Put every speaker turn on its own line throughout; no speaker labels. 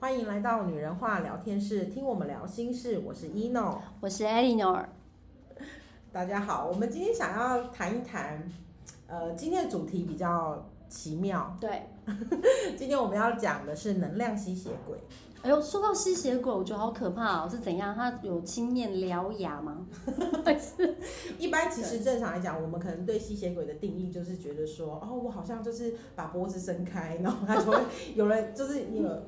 欢迎来到女人话聊天室，听我们聊心事。我是 ino，
我是 Eleanor。
大家好，我们今天想要谈一谈，呃，今天的主题比较奇妙。
对，
今天我们要讲的是能量吸血鬼。
哎呦，说到吸血鬼，我觉得好可怕哦，是怎样？他有青面獠牙吗？
一般其实正常来讲，我们可能对吸血鬼的定义就是觉得说，哦，我好像就是把脖子伸开，然后他就会有人就是你有。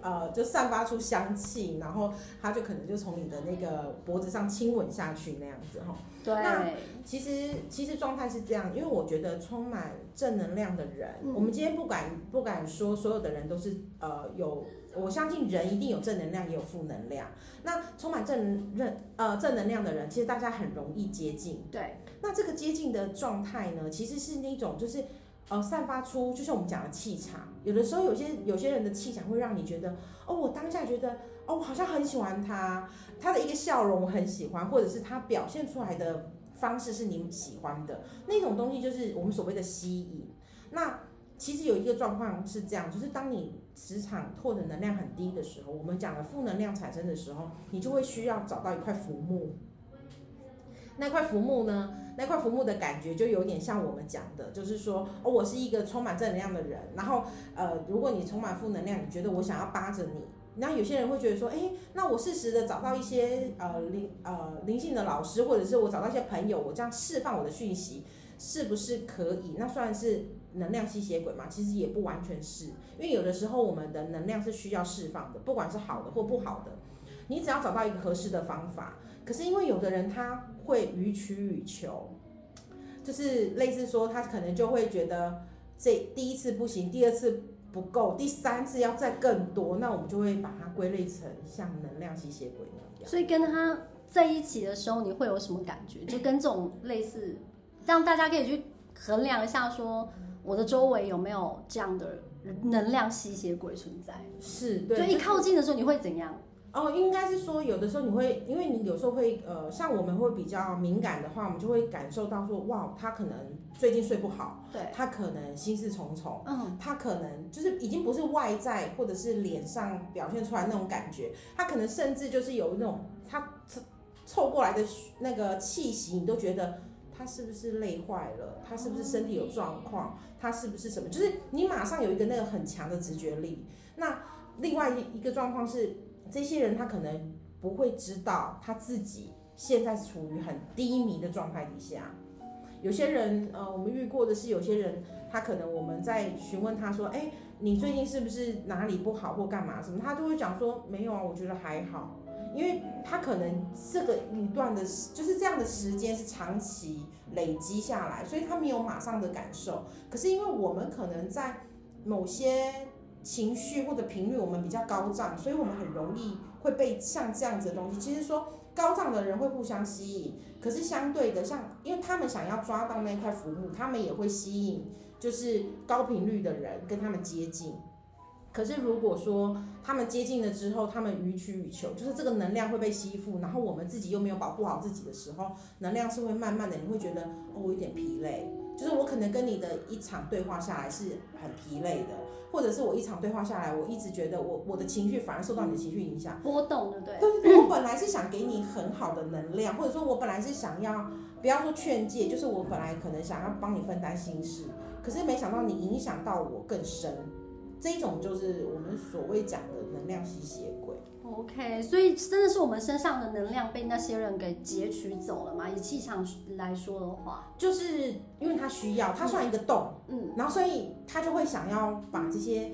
呃，就散发出香气，然后他就可能就从你的那个脖子上亲吻下去那样子哈。那
对，
其实其实状态是这样，因为我觉得充满正能量的人，
嗯
我们今天不敢不敢说所有的人都是呃有，我相信人一定有正能量也有负能量。那充满正正呃正能量的人，其实大家很容易接近。
对，
那这个接近的状态呢，其实是那种就是呃散发出，就像我们讲的气场。有的时候有些有些人的气场会让你觉得，哦，我当下觉得，哦，我好像很喜欢他，他的一个笑容我很喜欢，或者是他表现出来的方式是你喜欢的那种东西，就是我们所谓的吸引。那其实有一个状况是这样，就是当你磁场或者能量很低的时候，我们讲的负能量产生的时候，你就会需要找到一块浮木。那块浮木呢？那块浮木的感觉就有点像我们讲的，就是说，哦，我是一个充满正能量的人。然后，呃，如果你充满负能量，你觉得我想要扒着你，那有些人会觉得说，哎，那我适时的找到一些呃灵呃灵性的老师，或者是我找到一些朋友，我这样释放我的讯息，是不是可以？那算是能量吸血鬼嘛？其实也不完全是，因为有的时候我们的能量是需要释放的，不管是好的或不好的，你只要找到一个合适的方法。可是因为有的人他会予取予求，就是类似说他可能就会觉得这第一次不行，第二次不够，第三次要再更多，那我们就会把它归类成像能量吸血鬼那样。
所以跟他在一起的时候，你会有什么感觉？就跟这种类似，让大家可以去衡量一下说我的周围有没有这样的能量吸血鬼存在。
是
就
对，
一靠近的时候，你会怎样？
哦，应该是说有的时候你会，因为你有时候会呃，像我们会比较敏感的话，我们就会感受到说，哇，他可能最近睡不好，
对，
他可能心事重重。
嗯，
他可能就是已经不是外在或者是脸上表现出来那种感觉，他可能甚至就是有那种他凑凑过来的那个气息，你都觉得他是不是累坏了，他是不是身体有状况，他是不是什么？就是你马上有一个那个很强的直觉力。那另外一个状况是，这些人他可能不会知道他自己现在处于很低迷的状态底下。有些人，呃，我们遇过的是有些人他可能我们在询问他说，哎、你最近是不是哪里不好或干嘛什么，他就会讲说没有啊，我觉得还好，因为他可能这个一段的时，就是这样的时间是长期累积下来，所以他没有马上的感受。可是因为我们可能在某些情绪或者频率我们比较高涨，所以我们很容易会被像这样子的东西，其实说。高涨的人会互相吸引，可是相对的像，因为他们想要抓到那块浮木，他们也会吸引就是高频率的人跟他们接近。可是如果说他们接近了之后，他们予取予求，就是这个能量会被吸附，然后我们自己又没有保护好自己的时候，能量是会慢慢的，你会觉得哦，我有点疲累，就是我可能跟你的一场对话下来是很疲累的，或者是我一场对话下来，我一直觉得我我的情绪反而受到你的情绪影响。
波动，对不对？
对对对，我本来是想给你很好的能量，或者说我本来是想要，不要说劝诫，就是我本来可能想要帮你分担心事，可是没想到你影响到我更深，这一种就是我们所谓讲的能量吸血鬼。
OK，所以真的是我们身上的能量被那些人给截取走了嘛？以气场来说的话，
就是因为他需要，他算一个洞，
嗯，
然后所以他就会想要把这些，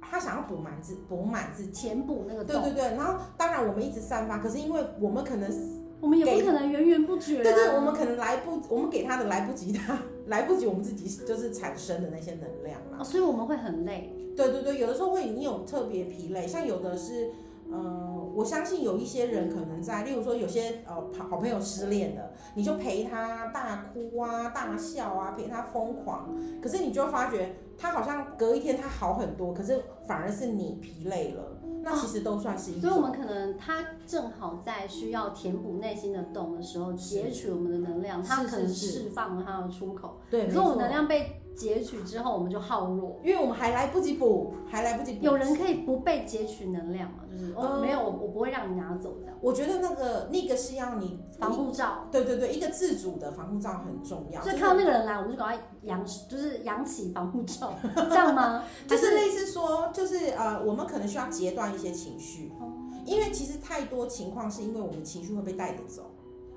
他想要补满自补满自己。
填补那个
对
洞，
对对，然后当然我们一直散发，可是因为我们可能
我们也不可能源源不绝、啊。
对对，我们可能来不，我们给他的来不及 他，来不及我们自己就是产生的那些能量啦。
哦，所以我们会很累。
对对对，有的时候会你有特别疲累，像有的是，呃，我相信有一些人可能在，例如说有些呃好好朋友失恋了，你就陪他大哭啊、大笑啊，陪他疯狂，可是你就会发觉他好像隔一天他好很多，可是反而是你疲累了，那其实都算是一
所以，我
种。
们可能他正好在需要填补内心的洞的时候，
是
截取我们的能量，
是
他可能
是是
释放了他的出口。
对，
可
没
是我
错
们，能量被截取之后，我们就耗弱。
因为我们还来不及补，还来不及补。
有人可以不被截取能量吗？就是哦，
嗯
没有，我我不会让你拿走这样。
我觉得那个那个是要你
防护罩，
对对对，一个自主的防护罩很重要，
所以
就
看到
是
那个人来，我们就赶快扬，就是扬起防护 罩，这样吗？
就是
还
类似说，就是呃，我们可能需要截断一些情绪，因为其实太多情况是因为我们情绪会被带着走，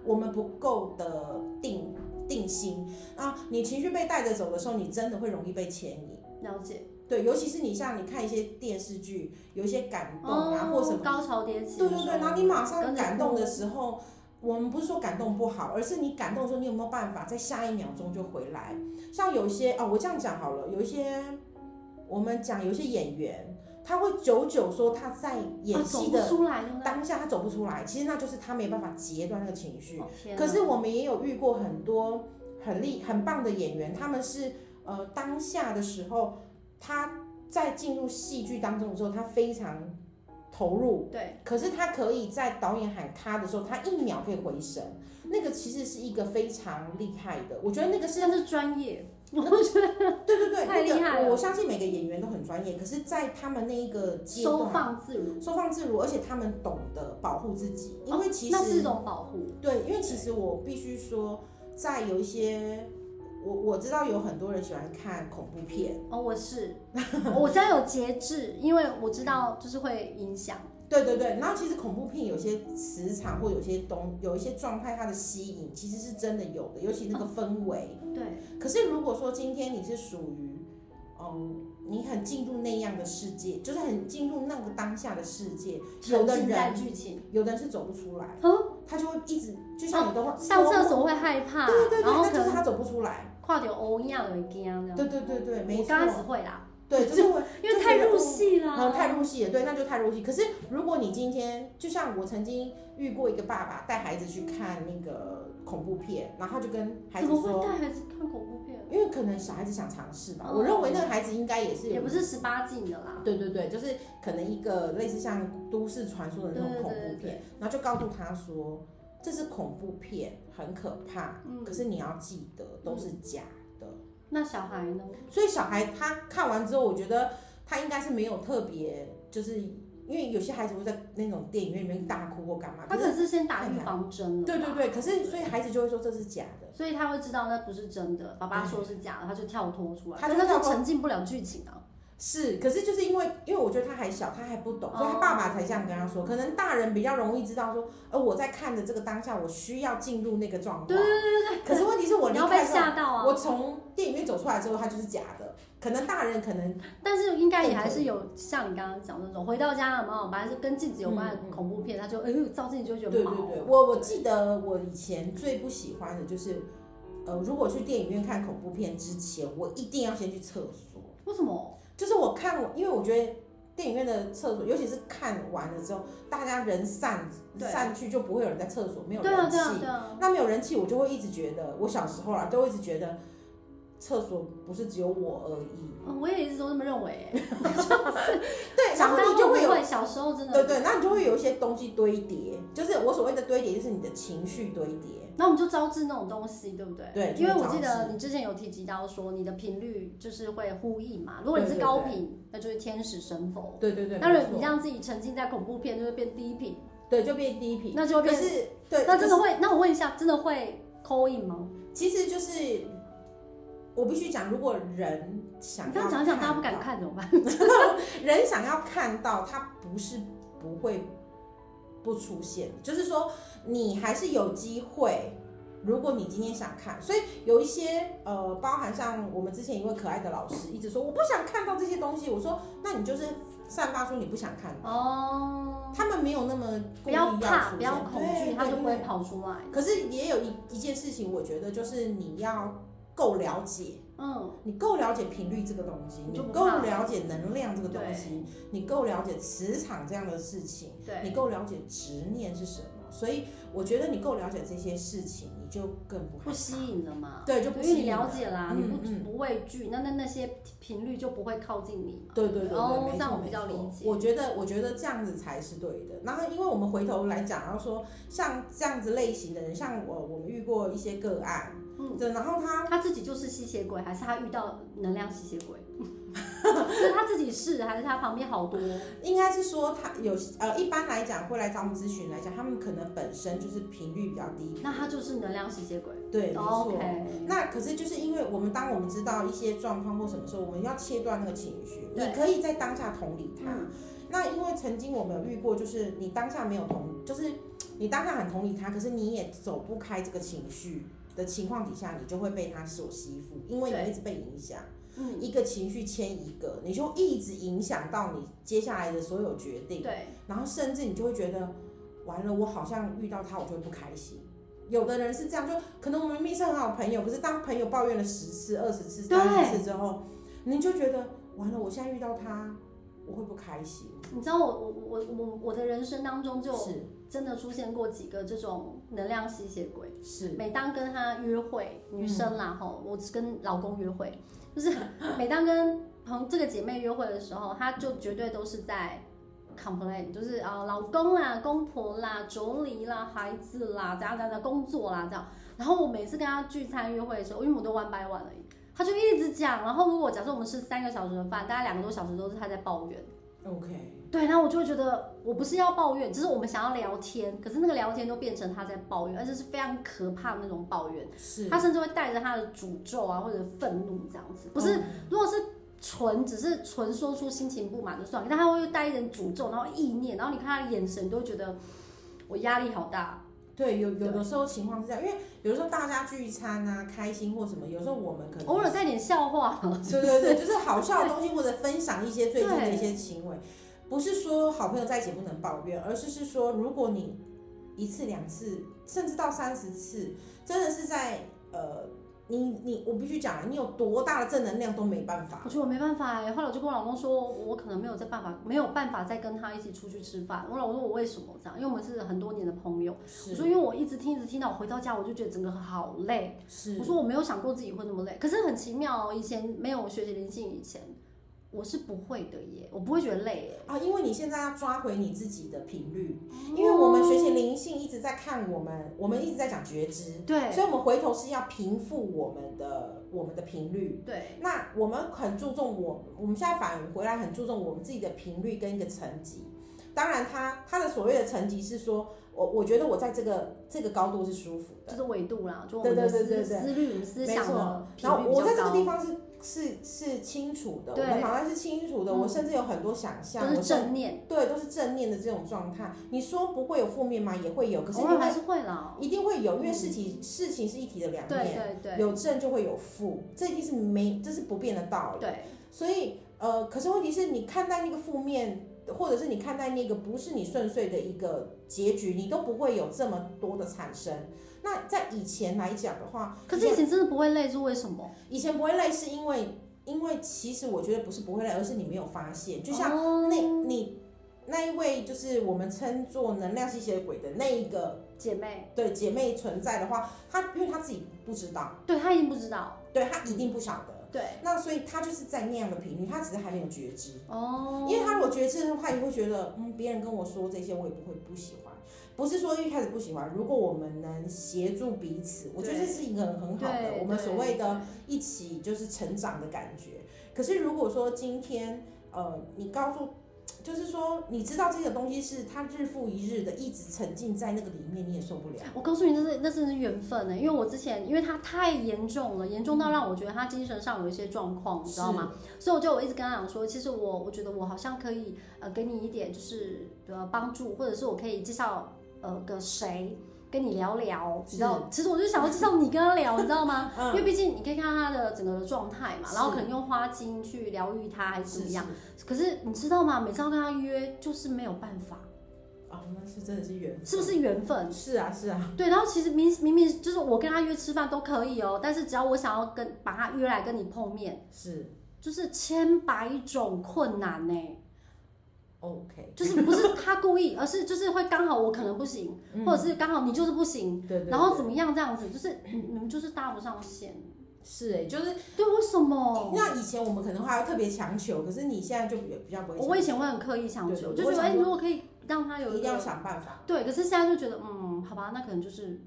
我们不够的定定心啊，你情绪被带着走的时候，你真的会容易被牵引。
了解
对，尤其是你像你看一些电视剧，有一些感动啊、或什么，
哦高潮迭起
对
的时
对
候，
对，然后你马上
跟着
感动
哭
的时候，我们不是说感动不好，而是你感动的时候，你有没有办法在下一秒钟就回来？像有一些啊、我这样讲好了，有一些我们讲有一些演员，他会久久说他在演
啊走
戏
不
的
出来，对不对
当下他走不出来，其实那就是他没办法截断那个情绪。
哦天啊
可是我们也有遇过很多很厉很棒的演员，他们是呃当下的时候，他在进入戏剧当中的时候，他非常投入，
对，
可是他可以在导演喊咔的时候，他一秒可以回神，那个其实是一个非常厉害的，我觉得那个是
真是专业，我觉得
对对对，
太厉害
那
了
个我相信每个演员都很专业，可是，在他们那一个阶段
收放自如，
收放自如，而且他们懂得保护自己，因为其实、
哦那是一种保护，
对，因为其实我必须说，在有一些我我知道有很多人喜欢看恐怖片，
哦，我 是，我现在有节制，因为我知道就是会影响，
对对对，然后其实恐怖片有些磁场或有些东有一些状态，它的吸引其实是真的有的，尤其那
哦
个氛围。
对，
可是如果说今天你是属于，嗯，你很进入那样的世界，就是很进入那个当下的世界，有的
沉浸在
人
剧情，
有的人是走不出来，
嗯
他就会一直就像你都会
哦上厕，所会害怕，
哦对对对，
然后
那
可
就是
能
他走不出来。
跨掉欧一样有一惊啊这样，
对对对对，没
我
错
刚。开始会啦，
对，就是会，
因为太入戏
嗯，
了，
太入戏了，对，那就太入戏。可是如果你今天，就像我曾经遇过一个爸爸带孩子去看那个恐怖片，然后他就跟孩
怎
子
么会
说，
带孩子看恐怖片？
因为可能小孩子想尝试吧，
哦
我认为那个孩子应该也是有
也不是十八禁的啦，
对对对，就是可能一个类似像都市传说的那种恐怖片，
对对对对
然后就告诉他说这是恐怖片，很可怕，
嗯
可是你要记得都是假的。
那小孩呢？
所以小孩他看完之后，我觉得他应该是没有特别，就是因为有些孩子会在那种电影院里面大哭或干嘛，
他
可
可
是
能是先打预防针了，
对对。对，可是所以孩子就会说这是假的。
所以他会知道那不是真的，爸爸说是假的，他就跳脱出来，
他就
但
跳
就
脱
沉浸不了剧情啊。
是，可是就是因为，因为我觉得他还小，他还不
哦
懂，所以他爸爸才这样跟他说。可能大人比较容易知道说，呃，我在看的这个当下，我需要进入那个状况。
对对对对对。
可是问题是我
你
离
要被
开之后，
吓到
我
啊！
从电影院走出来之后，它就是假的。可能大人可能
但是应该也还是有像你刚刚讲的那种，回到家了嘛，本来是跟镜子有关的
嗯嗯
恐怖片，他就哎呦照镜子就觉
对
得
对
毛。
对，我我记得我以前最不喜欢的就是，呃，如果去电影院看恐怖片之前，我一定要先去厕所。
为什么？
就是我看我，因为我觉得电影院的厕所，尤其是看完了之后，大家人散
对
散去，就不会有人在厕所，没有
对啊
人气。
对啊对啊！
那没有人气，我就会一直觉得，我小时候啊，都会一直觉得厕所不是只有我而已。
嗯我也一直都这么 认为。哎
对，然后
长大
你就
后
会
不
有，
会，小时候真的
对对，那你就会有一些东西堆叠，就是我所谓的堆叠，就是你的情绪堆叠。
那我们就招致那种东西，对不对？
对
因为我
就
记
是招致
得你之前有提及到说，你的频率就是会呼应嘛。如果你是高频，那就是天使神佛；
对对对，
当然你
没错
让自己沉浸在恐怖片，就会变低频，
对就变低频，
那就
可
会变。
是对，
那真的
可
会？那我问一下，真的会 call in 吗？
是其实就是我必须讲，如果人想
你
要
这样讲一讲，
看
大家不敢
到
看怎么办？
人想要看到，它不是不会不出现，就是说你还是有机会。如果你今天想看，所以有一些呃，包含像我们之前一位可爱的老师一直说我不想看到这些东西，我说那你就是散发出你不想看，
哦，
他们没有那么故
不
意
要
出
怕，
现
不要恐惧，
对
它就
对
不会
对
跑出来。
可是也有一一件事情，我觉得就是你要够了解，
嗯，
你够了解频率这个东西，
你
你
就不
够
怕
了解能量这个东
对
西，你够了解磁场这样的事情，
对。
你够了解执念是什么。所以我觉得你够了解这些事情，你就更不害怕
不吸引了嘛？
对，就不
因
吸
为
引
你了解啦，
嗯
你不、
嗯
不畏惧，那那那些频率就不会靠近你嘛。
对对对对，
哦
没错
这样我比较
没错
理解
我觉得，我觉得这样子才是对的。然后，因为我们回头来讲，然后说像这样子类型的人，像我，我们遇过一些个案，
嗯，
对，然后他
他自己就是吸血鬼，还是他遇到能量吸血鬼？是他自己是，还是他旁边好多？
应该是说他有呃，一般来讲会来找我们咨询来讲，他们可能本身就是频率比较低，
那他就是能量吸血鬼。哦
对，没错。
OK，
那可是就是因为我们当我们知道一些状况或什么时候，我们要切断那个情绪。
对
你可以在当下同理他。
嗯
那因为曾经我们有遇过，就是你当下没有同，就是你当下很同理他，可是你也走不开这个情绪的情况底下，你就会被他所吸附，因为
对
你一直被影响，
嗯，
一个情绪牵一个，你就一直影响到你接下来的所有决定，
对，
然后甚至你就会觉得，完了，我好像遇到他，我就会不开心。有的人是这样，就可能我们明明是很好朋友，可是当朋友抱怨了十次、二十次、
对
三十次之后，你就觉得完了，我现在遇到他，我会不开心。
你知道我我我我我的人生当中就是真的出现过几个这种能量吸血鬼。
是，
每当跟他约会，女生啦吼，我跟老公约会，就是 每当跟朋这个姐妹约会的时候，她就绝对都是在 complain，就是啊、老公啦、公婆啦、妯娌啦、孩子啦，怎样怎样，工作啦这样。然后我每次跟她聚餐约会的时候，因为我都 one by one 而已，她就一直讲。然后如果假设我们吃三个小时的饭，大概两个多小时都是她在抱怨。
OK，
对，然后我就会觉得我不是要抱怨，只是我们想要聊天，可是那个聊天都变成她在抱怨，而且是非常可怕的那种抱怨。
是
他甚至会带着他的诅咒啊，或者愤怒这样子。
嗯
不是，如果是纯只是纯说出心情不满就算了，但他会带一点诅咒，然后意念，然后你看他的眼神，你都会觉得我压力好大。
对，有有的时候情况是这样，因为有的时候大家聚餐啊，开心或什么，有时候我们可能
偶尔带点笑话，
对对对，就是好笑的东西或者分享一些最近的
对
一些行为，不是说好朋友在一起不能抱怨，而是是说如果你一次两次，甚至到三十次，真的是在呃，你你我必须讲，啊你有多大的正能量都没办法
我。觉得我没办法哎、后来我就跟我老公说，我可能没有这办法，没有办法再跟他一起出去吃饭。我老公说我为什么这样？因为我们是很多年的朋友。我说
是
因为我一直听一直听到，我回到家我就觉得整个好累。
是
我，说我没有想过自己会那么累，可是很奇妙哦，以前没有学习灵性以前，我是不会的耶，我不会觉得累耶。
啊，因为你现在要抓回你自己的频率，因为我
哦
们学习灵性一直在看我们，我们一直在讲觉知，
对
所以我们回头是要平复我们的我们的频率。
对
那我们很注重我，我们现在反而回来很注重我们自己的频率跟一个层级。当然他，他的所谓的层级是说，我我觉得我在这个这个高度是舒服
就
的，
是维度啦，就我们
对
的
对
思
对对对
思虑、思
没
想
错
的。频
然后
率比
我在
较
这个地
高，
方是是是清楚的，我
对
的脑袋是清楚的，
嗯
我甚至有很多想象，
都
我
是正念，
对都是正念的这种状态。你说不会有负面吗？也会有，可是
偶
因
尔
为
还是会啦。
一定会有，因为事情、事情是一体的两
对
面，
对对
有正就会有负，这一定是没这是不变的道理。
对，
所以呃，可是问题是你看待那个负面，或者是你看待那个不是你顺遂的一个结局，你都不会有这么多的产生。那在以前来讲的话，
可是以前真的不会累是为什么？
以前不会累，是因为因为其实我觉得不是不会累，而是你没有发现，就像
像
那、你。那一位就是我们称作能量吸血鬼的那一个
姐妹，
对姐妹存在的话，她因为她自己不知道，
对她一定不知道，
对她一定不晓得，
对
那所以她就是在那样的频率，她只是还没有觉知。
哦，
因为他如果觉知的话，也会觉得，嗯，别人跟我说这些，我也不会不喜欢。不是说一开始不喜欢，如果我们能协助彼此，我觉得
对
这是一个很好的
对
我们
对
所谓的一起就是成长的感觉。可是如果说今天，呃，你告诉，就是说你知道这个东西是他日复一日的一直沉浸在那个里面，你也受不了。
我告诉你，这是那真是缘分欸呢、因为我之前因为他太严重了，严重到让我觉得他精神上有一些状况，你知道吗？所以我就我一直跟他讲说，其实我我觉得我好像可以呃给你一点就是呃帮助，或者是我可以介绍呃个谁。跟你聊聊，你知道，其实我就想要介绍你跟他聊，你知道吗？因为毕竟你可以看到他的整个的状态嘛，
是
然后可能用花精去疗愈他，还是怎么样。
是
可是你知道吗？每次要跟他约，就是没有办法，
哦，那是真的是缘分，
是不？是缘分？
是啊，是啊，
对，然后其实明明明就是我跟他约吃饭都可以哦，但是只要我想要跟把他约来跟你碰面，
是。
就是千百种困难呢。
OK，
就是 不是他故意，而是就是会刚好我可能不行，
嗯
或者是刚好你就是不行，
对对对，
然后怎么样这样子，就是你你们就是搭不上线。
是哎、就是
对，为什么？
那以前我们可能还要特别强求，可是你现在就比比较不会强求，
我以前会很刻意强求，
对对
就觉得
我
哎，
想说
如果可以让他有
一定要
个
想办法，
对，可是现在就觉得嗯，好吧，那可能就是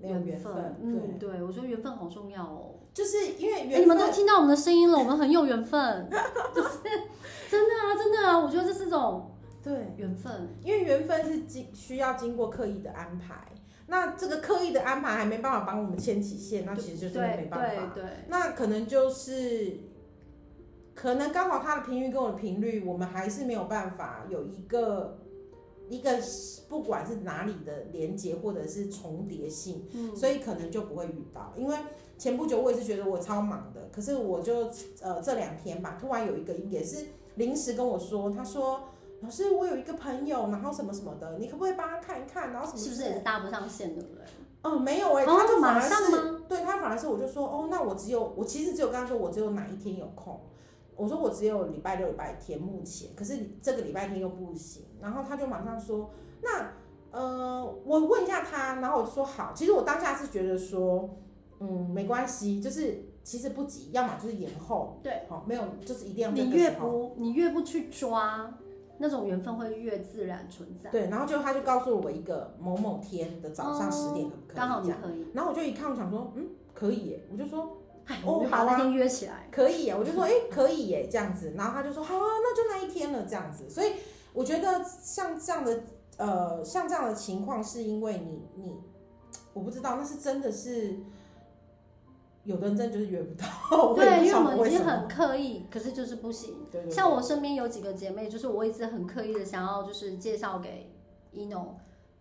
没有缘
分
分，。
嗯，对，我觉得缘分好重要哦。
对，就是因为
哎
缘分，
你们都听到我们的声音了，我们很有缘 分，就是真的啊，真的啊，我觉得这是种
对，
缘分。
因为缘分是经需要经过刻意的安排，那这个刻意的安排还没办法帮我们牵起线，那其实就
对
真的没
对
办法。
对，
那可能就是，可能刚好他的频率跟我的频率，我们还是没有办法有一个一个不管是哪里的连接或者是重叠性，
嗯
所以可能就不会遇到。因为前不久我也是觉得我超忙的，可是我就呃这两天吧，突然有一个也是临时跟我说，他说。老师，我有一个朋友，然后什么什么的，你可不可以帮他看一看？然后什么？
是不是也是搭不上线，对不对？
嗯，没有哎、
哦
他就反
马
而是
上吗？
对他反而是我就说哦，那我只有我其实只有跟他说我只有哪一天有空，我说我只有礼拜六、礼拜天目前，可是这个礼拜天又不行，然后他就马上说那呃我问一下他，然后我就说好，其实我当下是觉得说嗯没关系，就是其实不急，要么就是延后，
对，
好、没有就是一定要这
你
个时
越
候。
不你越不去抓，那种缘分会越自然存在。
对，然后就他就告诉我一个某某天的早上十点可不可以？
哦刚好
这
你
样，
可以，
然后我就一看，我想说，嗯，可以耶，我就说
哎，
哦
我们把
好啊
那天约起来。
可以耶，我就说哎、诶可以耶，这样子，然后他就说好、啊，那就那一天了，这样子。所以我觉得像这样的呃，像这样的情况，是因为你你我不知道，那是真的是有的人真的就是约不到， 我也
对，
不知
因为
道
我们
为
已
什
经
么。
很刻意，可是就是不行。
对对对
像我身边有几个姐妹，就是我一直很刻意的想要就是介绍给一农，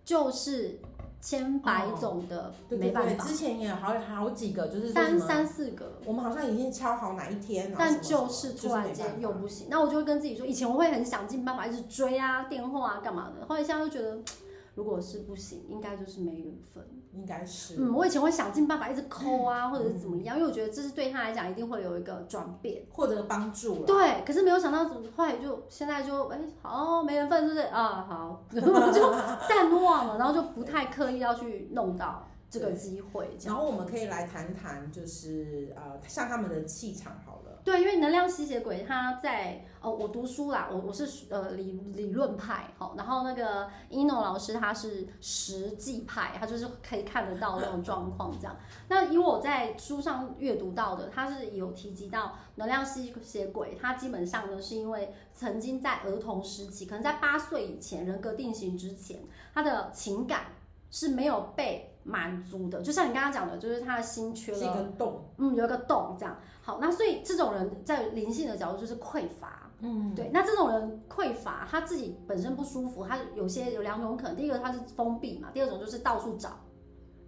就是千百种的
哦对
没
对
办
对，
法，
之前也好好几个就是说什
三
么，
三四个，
我们好像已经敲好哪一天，然后
但
什么
就是
什
突
么
然
就是没办法
间又不行。那我就会跟自己说，以前我会很想尽办法一直追啊、电话啊、干嘛的，后来现在就觉得，如果是不行，应该就是没缘分。
应该是、
嗯，我以前会想尽办法一直 抠啊，或者是怎么样，因为我觉得这是对他来讲一定会有一个转变。
获得帮助了。
对，可是没有想到，怎么后来就现在就哎、好没缘分，是不是啊？好， 然后就淡忘了，然后就不太刻意要去弄到这个机会，这
然
样。
后我们可以来谈谈，就是呃，像他们的气场好了。
对，因为能量吸血鬼他在哦，我读书啦，我我是呃理理论派，好，然后那个一诺老师他是实际派，他就是可以看得到那种状况这样。 那以我在书上阅读到的，他是有提及到能量吸血鬼，他基本上呢是因为曾经在儿童时期，可能在八岁以前人格定型之前，他的情感是没有被满足的，就像你刚刚讲的，就是他的心缺
是一个
了
洞，
嗯，有一个洞这样。好，那所以这种人在灵性的角度就是匮乏，
嗯，
对。那这种人匮乏，他自己本身不舒服，他有些有两种可能，第一个他是封闭嘛，第二种就是到处找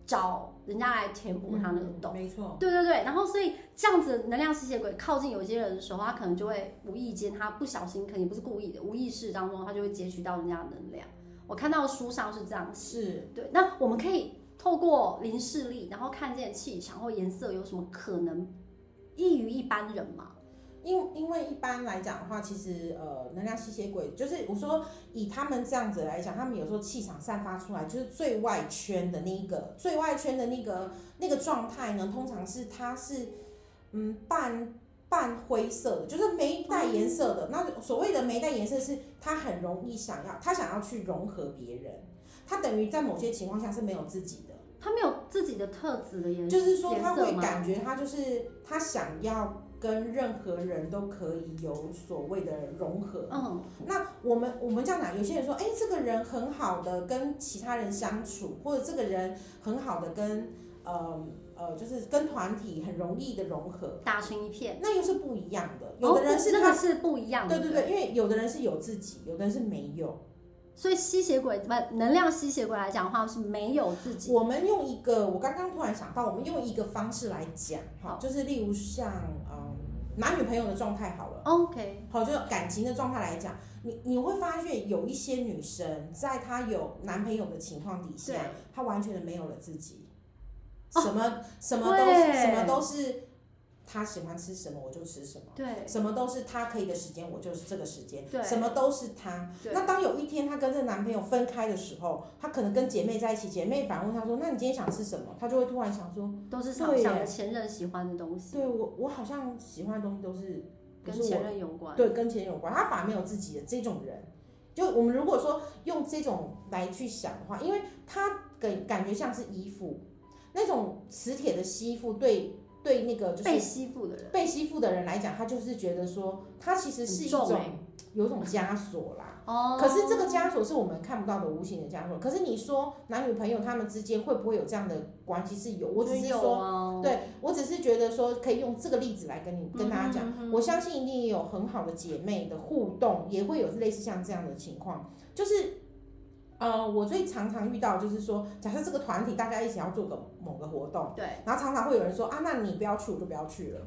找人家来填补他那个
嗯
洞。
没错，
对对对，然后所以这样子能量吸血鬼靠近有些人的时候，他可能就会无意间，他不小心，肯定不是故意的，无意识当中他就会截取到人家的能量。我看到书上是这样写。
是
对，那我们可以透过零视力，然后看见气场或颜色有什么可能异于一般人嘛？
因因为一般来讲的话，其实呃，能量吸血鬼就是我说以他们这样子来讲，他们有时候气场散发出来就是最外圈的那一个，最外圈的那个那个状态呢，通常是它是嗯半半灰色的，就是没带颜色的。那所谓的没带颜色是，他很容易想要，他想要去融合别人，他等于在某些情况下是没有自己的。
他没有自己的特质的颜，
就是说
颜
他
色
会
吗
感觉他就是他想要跟任何人都可以有所谓的融合。
嗯，
那我们我们这样讲，有些人说，哎、这个人很好的跟其他人相处，或者这个人很好的跟呃呃，就是跟团体很容易的融合，
打成一片。
那又是不一样的。有的人是
哦、
他，
那个是不一样的，
对对
不
对，因为有的人是有自己，有的人是没有。
所以吸血鬼不能量吸血鬼来讲的话是没有自己，
我们用一个，我刚刚突然想到，我们用一个方式来讲，
好
哈，就是例如像嗯男女朋友的状态好了，
OK，
好，就感情的状态来讲，你你会发现有一些女生在她有男朋友的情况底下
对，
她完全的没有了自己，
哦
什么什么
对
都是什么都是他喜欢吃什么我就吃什么，
对
什么都是他可以的时间，我就是这个时间，
对
什么都是他。
对
那当有一天她跟这个男朋友分开的时候，她可能跟姐妹在一起，姐妹反问她说：“那你今天想吃什么？”她就会突然想说
都是想
对耶
想着前任喜欢的东：“西，
对我，我好像喜欢的东西都是不
跟
是我
前任有关。
对，跟钱有关。他反而没有自己的这种人。就我们如果说用这种来去想的话，因为他给感觉像是依附，那种磁铁的吸附对对那个就是
被吸附的人
被吸附的人来讲，他就是觉得说他其实是一
很
种
重哎
有一种枷锁啦。
哦，
可是这个枷锁是我们看不到的无形的枷锁。可是你说男女朋友他们之间会不会有这样的关系？是有，我只是
嗯有
说，
啊，
对我只是觉得说可以用这个例子来跟你跟大家讲。
嗯哼
我相信一定也有很好的姐妹的互动，也会有类似像这样的情况，就是。呃，我最常常遇到就是说，假设这个团体大家一起要做个某个活动，
对
然后常常会有人说啊，那你不要去，我就不要去了。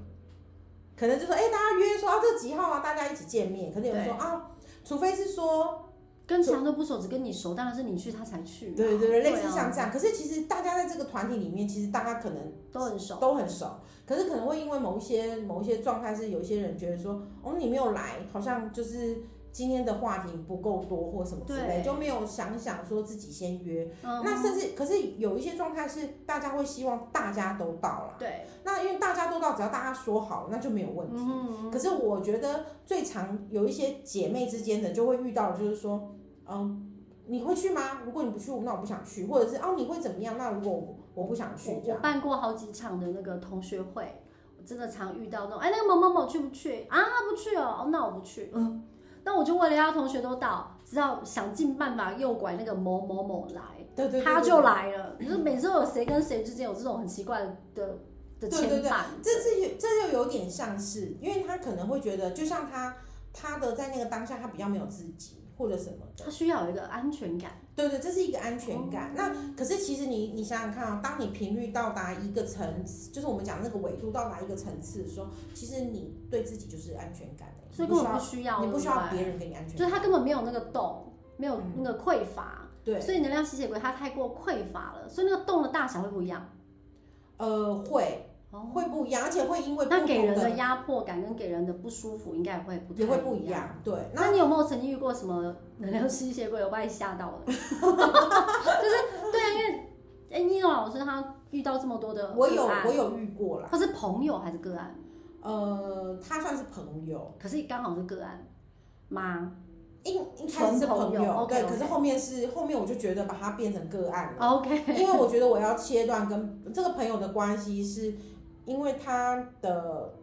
可能就说，哎、大家约说啊，这几号啊，大家一起见面。可能有人说啊，除非是说，
跟墙都不熟，只跟你熟，当然是你去他才去啊。
对对对，类似
啊
像这样。可是其实大家在这个团体里面，其实大家可能
都很熟，
都很熟，可是可能会因为某一些某一些状态，是有一些人觉得说，哦，你没有来，好像就是今天的话题不够多或什么之类，
对
就没有想一想说自己先约。
嗯，
那甚至可是有一些状态是大家会希望大家都到啦，
对，
那因为大家都到，只要大家说好，那就没有问题。
嗯，
可是我觉得最常有一些姐妹之间的就会遇到，就是说，嗯，你会去吗？如果你不去，那我不想去，或者是哦，你会怎么样？那如果我我不想去
我
这
我
样。
办过好几场的那个同学会，我真的常遇到那种，哎，那个某某某去不去啊？不去哦，哦，那我不去，嗯，那我就为了要同学都到，只好想尽办法诱拐那个某某某来，
对对对
他
对
就来了，就是每次都有谁跟谁之间有这种很奇怪的的
对
牵
对对
绊，
这是有，这就有点像是，因为他可能会觉得，就像他他的在那个当下，他比较没有自己或者什么的
他。需要有一个安全感。
对对，这是一个安全
哦
感。那可是其实你你想想看啊、当你频率到达一个层次，就是我们讲那个纬度到达一个层次的时候，其实你对自己就是安全感的，
所以
你
根
不需要
本不需要，
你不需
对
要
对
别人给你安全
就
感。嗯
是他根本没有那个洞，没有那个匮乏，
对，
所以能量吸血鬼它太过匮乏了，所以那个洞的大小会不一样。
呃，会
哦，
会不一样，而且会因为不
那给
同
人的
的
压迫感跟给人的不舒服应该也会不太
也会不
一
一。样。对，
那你有没有曾经遇过什么能量吸血鬼有把你吓到 的？就是对啊，因为哎，妮诺老师他遇到这么多的
我有
个案
我有遇过啦，
他是朋友还是个案？
呃，他算是朋友。
可是刚好是个案吗？
一一开始是朋
纯朋友
友，对，
OK，OK
可是后面是后面我就觉得把它变成个案了，
哦？OK，
因为我觉得我要切断跟这个朋友的关系，是因为他的呃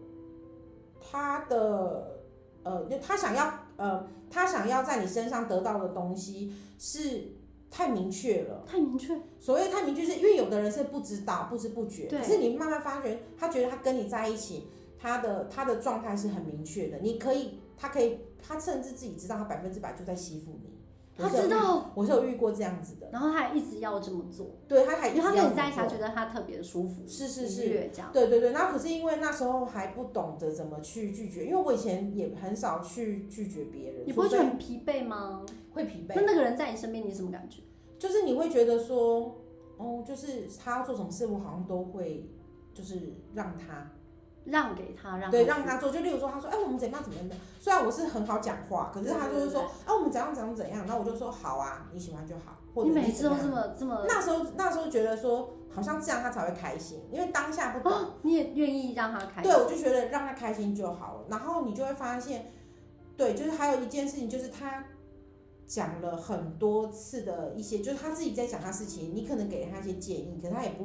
他的呃，就他想要呃，他想要在你身上得到的东西是太明确了。
太明确，
所谓太明确，是因为有的人是不知道、不知不觉，
对
可是你慢慢发觉，他觉得他跟你在一起，他的他的状态是很明确的，你可以，他可以，他甚至自己知道他百分之百就在吸附你。
他知
道，
道，
我是有遇过这样子的，
然后他还一直要这么做。
对，他还一
因为
直
他
要
跟你在一起，
这
他
么
觉得他特别舒服
做，，是是
愉
是。
悦这样。
对对对，那可是因为那时候还不懂得怎么去拒绝，因为我以前也很少去拒绝别人，
你不会
除
觉
非
得很疲惫吗？
会疲
那
惫，
那个人在你身边，你什么感觉？
就是你会觉得说，哦，就是他要做什么事，我好像都会就是让他
让给他，让
对，让
去
他做。就例如说，他说：“哎、我们怎样怎么样的。”虽然我是很好讲话，可是他就是说：“哎、我们怎样怎样怎样。”那我就说：“好啊，你喜欢就好。”或者
你每次
怎
都
么
这
样
么这么
那时候那时候觉得说，好像这样他才会开心，因为当下不懂。
啊，你也愿意让他开心
对，，我就觉得让他开心就好了。然后你就会发现，对，就是还有一件事情，就是他讲了很多次的一些，就是他自己在讲他事情，你可能给他一些建议，可是他也不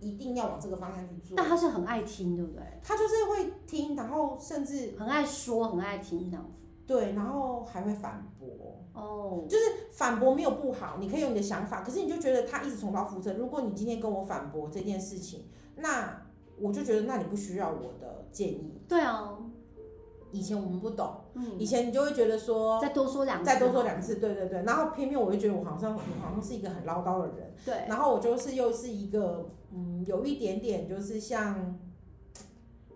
一定要往这个方向去做
但。他是很爱听，对不对？
他就是会听，然后甚至
很爱说，很爱听这样子。
对，然后还会反驳，
哦，
反驳没有不好，你可以有你的想法，可是你就觉得他一直重蹈覆辙。如果你今天跟我反驳这件事情，那我就觉得那你不需要我的建议。
对啊，
以前我们不懂，
嗯，
以前你就会觉得说
再多说两
哦
次，
再多说两，次，对对对，然后偏偏我就觉得我好像我好像是一个很唠叨的人，
对，
然后我就是又是一个嗯，有一点点就是像。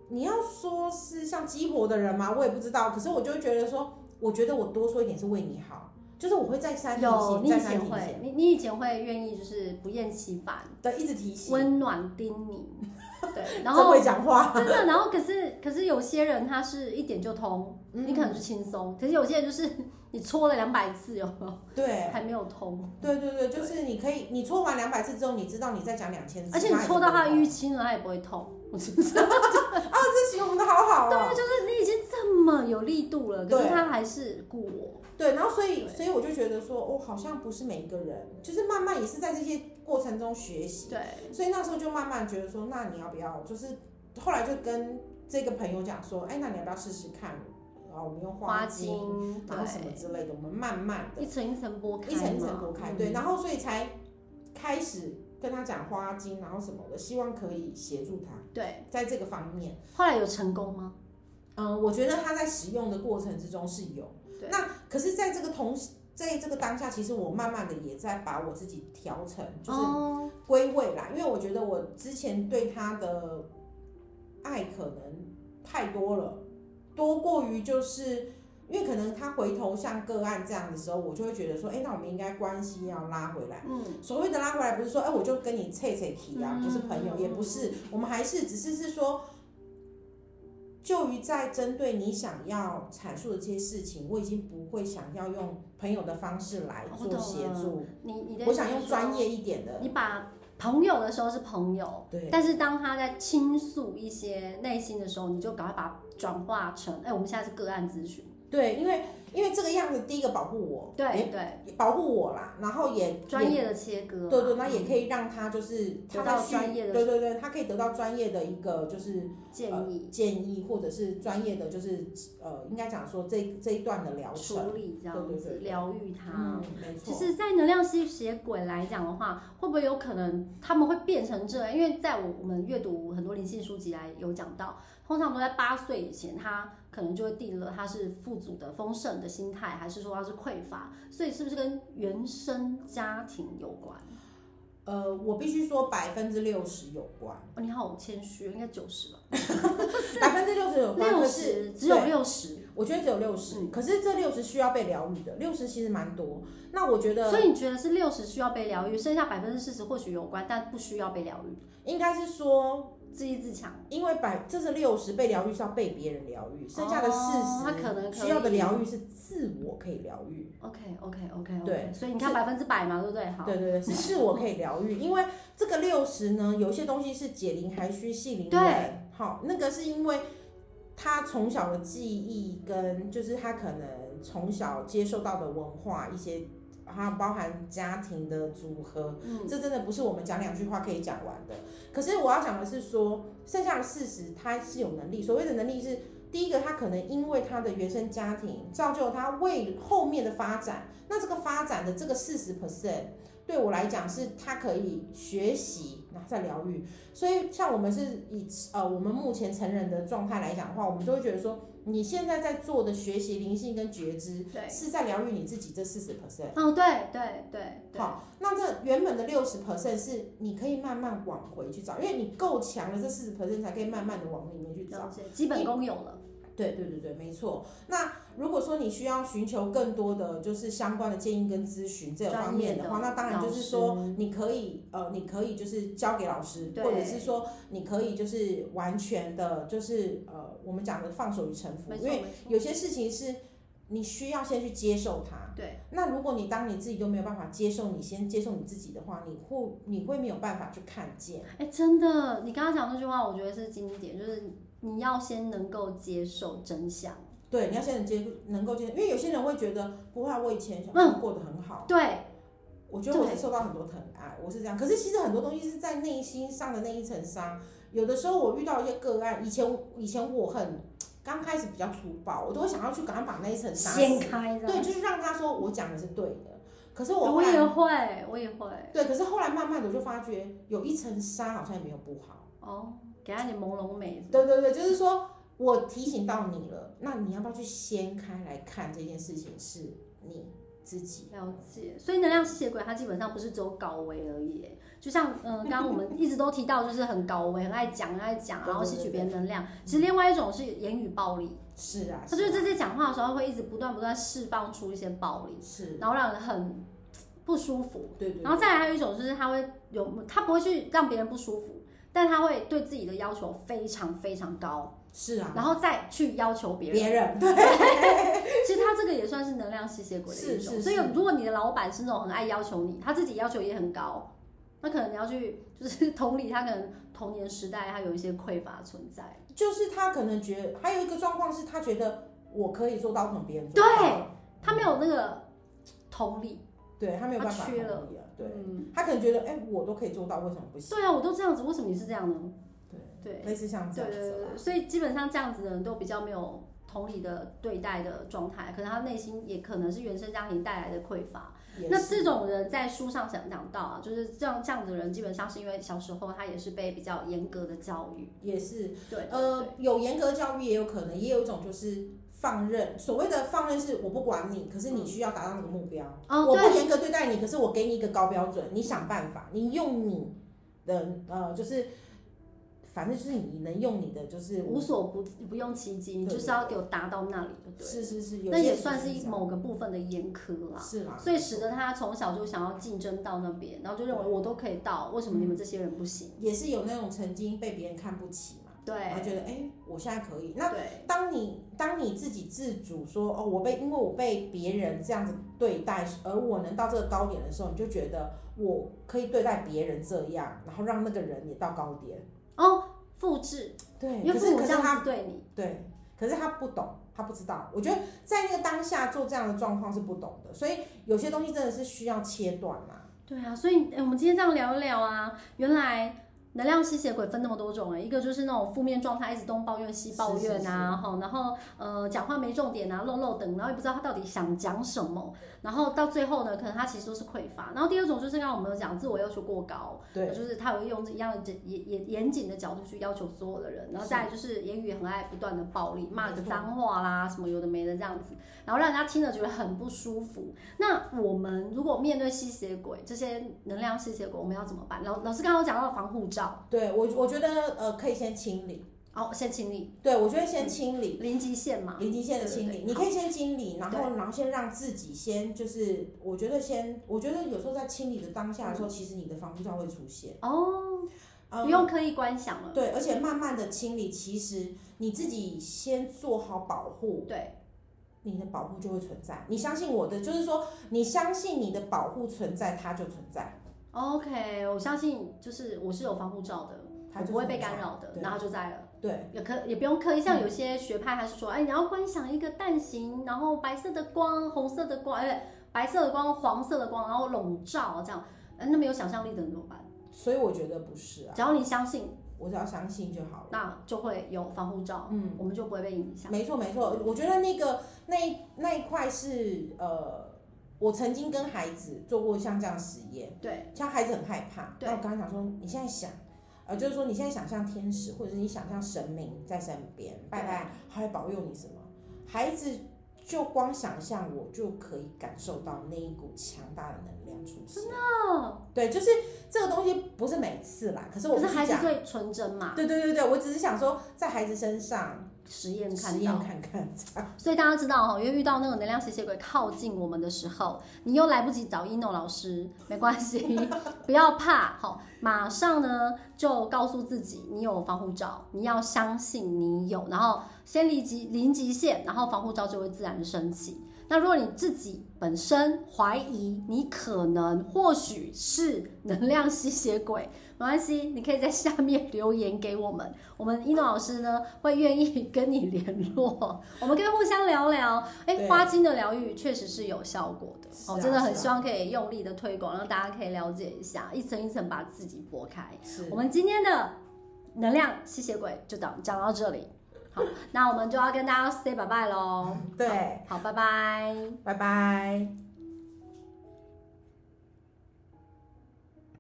你要说是像鸡婆的人吗？我也不知道。可是我就会觉得说，我觉得我多说一点是为你好，就是我会再三提
有
醒，
你
再
以
三
前
提
会啊
醒，
你你以前会愿意就是不厌其烦，
对，一直提醒。
温暖叮咛， 对，然
真
后
会讲话，
真的，然后可是可是有些人他是一点就通，嗯
嗯
你可能就轻松，可是有些人就是 你搓了两百次有没有，
嗯对
还没有通，
对对对，就是你可以，你搓完两百次之后，你知道你再讲两千次，
而且你搓到他淤青了，他也不会痛。我真的是，
啊，这形容的好好
对啊，
哦。
就是你已经这么有力度了，可是
对
他还是顾我。
对，然后所以所以我就觉得说，哦，好像不是每一个人，就是慢慢也是在这些过程中学习。
对，
所以那时候就慢慢觉得说，那你要不要？就是后来就跟这个朋友讲说，哎，那你要不要试试看？然后我们用
花
精，
精，
然后什么
对，
之类的，我们慢慢的
一层一层剥开
一
嘛，
层一层剥开，
嗯
对，，然后所以才开始跟他讲花精，然后什么的，希望可以协助他
对。
在这个方面。
后来有成功吗？
嗯，我觉得他在使用的过程之中是有
对，
那可是在这个同时，在这个当下，其实我慢慢的也在把我自己调成，就是
哦，
归位啦，因为我觉得我之前对他的爱可能太多了，多过于就是因为可能他回头像个案这样的时候，我就会觉得说，哎、那我们应该关系要拉回来。
嗯，
所谓的拉回来，不是说，哎、我就跟你切切提啊，
嗯
不是朋友，也不是，我们还是只是是说，就于在针对你想要阐述的这些事情，我已经不会想要用朋友的方式来
我
做
懂
协
了
助，
你你的
我想用专
业，
业一点的，
你把朋友的时候是朋友，
对。
但是当他在倾诉一些内心的时候，你就赶快把它转化成，哎、我们现在是个案咨询，
对，因为因为这个样子，第一个保护我，
对对，
也保护我啦，然后也
专
也
业的切割嘛，
对对，那也可以让他就是他
得到
在去
专业的
对对对，他可以得到专业的一个就是呃
建议、
建议，或者是专业的就是呃，应该讲说这这一段的疗程，
处理这样
对对
子
对，对
疗愈他。
嗯，没
其
错，
实，在能量吸血鬼来讲的话，会不会有可能他们会变成这样？因为在我我们阅读很多灵性书籍来有讲到，通常都在八岁以前，他可能就会定了他是富足的、丰盛的心态，还是说他是匮乏？所以是不是跟原生家庭有关？
呃，我必须说百分之六十有关，
哦、你好谦虚，应该九十吧？
百分之六十有关，
六
可是
十只有嗯六十，
我觉得只有六十、可是这六十需要被疗愈的，六十其实蛮多。那我觉得
所以你觉得是六十需要被疗愈，剩下百分之四十或许有关，但不需要被疗愈，
应该是说
自立自强。
因为百这是六十被疗愈是要被别人疗愈，剩下的四
哦
十、
他可能可以
需要的疗愈是自我可以疗愈。
OK OK OK OK，
对
所以你看百分之百嘛，对不对？好，
对对对，是自我可以疗愈，因为这个六十呢，有一些东西是解铃还需系铃
对
人。好，那个是因为他从小的记忆跟就是他可能从小接受到的文化一些，还有包含家庭的组合，
嗯，
这真的不是我们讲两句话可以讲完的。可是我要讲的是说，剩下的事实他是有能力。所谓的能力是，第一个他可能因为他的原生家庭造就他为后面的发展，那这个发展的这个四十 percent 对我来讲是他可以学习，然后再疗愈。所以像我们是以呃我们目前成人的状态来讲的话，我们就会觉得说，你现在在做的学习灵性跟觉知
对，
是在疗愈你自己这四十 percent。
哦，对对对对，
好，那这原本的六十 percent 是你可以慢慢往回去找，因为你够强了，这四十 percent 才可以慢慢的往里面去找。
了解，基本功有了，
对对对对，没错。那如果说你需要寻求更多的就是相关的建议跟咨询这方面的话，
专业的
那当然就是
老
说你可以呃，你可以就是交给老师，
对
或者是说你可以就是完全的，就是呃我们讲的放手于臣服
没，错
因为
没错，
有些事情是你需要先去接受它。
对，
那如果你当你自己都没有办法接受你先接受你自己的话，你会你会没有办法去看见。
哎，真的，你刚刚讲那句话，我觉得是经典，就是你要先能够接受真相，
对，你要先能接能够接受，因为有些人会觉得不会啊，我以前小时
嗯
候过得很好，
对，
我觉得我是
对
受到很多疼爱，我是这样。可是其实很多东西是在内心上的那一层伤。有的时候我遇到一些个案，以前以前我很刚开始比较粗暴，我都会想要去赶快把那一层杀死，
掀开的，哎
对，就是让他说我讲的是对的。可是我后
我
来
也会，我也会，
对，可是后来慢慢的我就发觉有一层纱好像也没有不好。
哦，给他一点朦胧美，
对对对，就是说我提醒到你了，那你要不要去掀开来看这件事情是你自己？
了解，所以能量吸血鬼它基本上不是只有高维而已耶，就像 嗯、呃刚刚我们一直都提到，就是很高维，很爱讲，很爱讲，
对
然后
对
吸取
对
别人能量。其实另外一种是言语暴力，
是啊，
他就是是
啊
在在讲话的时候会一直不断不断释放出一些暴力，
是，
然后让人很不舒服。
嗯对对
然后再来还有一种就是他会有，他不会去让别人不舒服，但他会对自己的要求非常非常高，
是啊，
然后再去要求别人。
别人对，
其实他这个也算是能量吸血鬼的一
是
种。
是
所以
是
如果你的老板是那种很爱要求你，他自己要求也很高，那可能你要去就是 同理他可能童年时代他有一些匮乏存在。
就是他可能觉得还有一个状况是他觉得我可以做到，为什么别人做
对
不到？
他没有那个同理，
对，他没有办法
他缺了
同理啊，对
嗯，
他可能觉得哎、我都可以做到，为什么不行？
对啊，我都这样子，为什么你是这样呢？
对，
对，
类似像这
对
样
对
子
对
吧
对，所以基本上这样子的人都比较没有同理的对待的状态，可能他内心也可能是原生家庭带来的匮乏。
也
那
是
这种人在书上讲讲到啊，就是这样这样子的人，基本上是因为小时候他也是被比较严格的教育，
也是
对，
呃，有严格教育也有可能，也有一种就是放任。所谓的放任是我不管你，可是你需要达到那个目标。
哦
我不
对，
严格对待你，可是我给你一个高标准，你想办法，你用你的呃，就是反正就是你能用你的，就是
无所不不用其极，你
对
就是要给我达到那里，对了，
是是是，有
那
些
也
人
算
是这
是
样
某个部分的严苛啦。
是啦，
所以使得他从小就想要竞争到那边，然后就认为我都可以到，为什么你
嗯
们这些人不行？
也是有那种曾经被别人看不起嘛，他
对，
觉得哎、我现在可以，那。
对，
当你当你自己自主说哦，我被因为我被别人这样子对待，而我能到这个高点的时候，你就觉得我可以对待别人这样，然后让那个人也到高点。
哦，复制，
对，
因为
可是
父
可
母这
是
样
他
子对你，
对，可是他不懂，他不知道。我觉得在那个当下做这样的状况是不懂的，所以有些东西真的是需要切断啦、
对啊，所以、诶我们今天这样聊一聊啊，原来能量吸血鬼分那么多种哎、一个就是那种负面状态，一直东抱怨西抱怨啊，吼，然后呃讲话没重点啊，漏漏等，然后也不知道他到底想讲什么，然后到最后呢，可能他其实都是匮乏。然后第二种就是刚刚我们有讲自我要求过高，
对，
就是他有用一样的严严严谨的角度去要求所有的人，然后再来就是言语也很爱不断的暴力，骂个
没错
脏话啦，什么有的没的这样子，然后让人家听了觉得很不舒服。那我们如果面对吸血鬼这些能量吸血鬼，我们要怎么办？老老师刚刚有讲到防护罩，
对我我觉得呃可以先清理，
哦，先清理
对我觉得先清理。
零极限嘛，
零极限的清
嗯对
理
对，对
你可以先清理，然
对
后然后先让自己先就是，我觉得先，我觉得有时候在清理的当下的时候，其实你的防护罩会出现，
哦，
呃
嗯不用刻意观想了，
对，而且慢慢的清理，其实你自己先做好保护，
对，
你的保护就会存在。你相信我的，就是说你相信你的保护存在，它就存在，
OK，我相信就是我是有防护罩的，
它
我
就
不会被
存在
干。扰的，
对
然后就在了。
对，
也可也不用刻意，
嗯
像有些学派还是说，哎，你要观想一个蛋形，然后白色的光、红色的光，哎，白色的光、黄色的光，然后笼罩这样，哎，那没有想象力的人怎么办？
所以我觉得不是啊，
只要你相信，
我只要相信就好了。
那就会有防护罩，
嗯，
我们就不会被影响。
没错没错，我觉得那个那一那一块是呃，我曾经跟孩子做过像这样实验。
对，
像孩子很害怕，
对
那我刚刚想说，你现在想，呃，就是说你现在想象天使，或者是你想象神明在身边，拜拜，他会保佑你什么？孩子就光想象，我就可以感受到那一股强大的能量出现。
哦，
对，就是这个东西不是每次啦，可是我
可是
不
孩子
讲。
最纯真嘛，
对对对对，我只是想说，在孩子身上
实验
实
看
验
到。
看看，这样
所以大家知道哈，因为遇到那个能量吸血鬼靠近我们的时候，你又来不及找一诺老师，没关系， 不要怕，好，马上呢就告诉自己你有防护罩，你要相信你有，然后先离极零极限，然后防护罩就会自然升起。那如果你自己本身怀疑你可能或许是能量吸血鬼，没关系，你可以在下面留言给我们， 我们一诺老师呢会愿意跟你联络，我们可以互相聊聊。哎、
对
花精的疗愈确实是有效果的，
是
哦，
啊
真的很
是啊
希望可以用力的推广，让大家可以了解一下，一层一层把自己剥开。
是
我们今天的能量吸血鬼就讲讲到这里，好，那我们就要跟大家 say 拜拜喽。
对，
好，拜拜。
拜拜。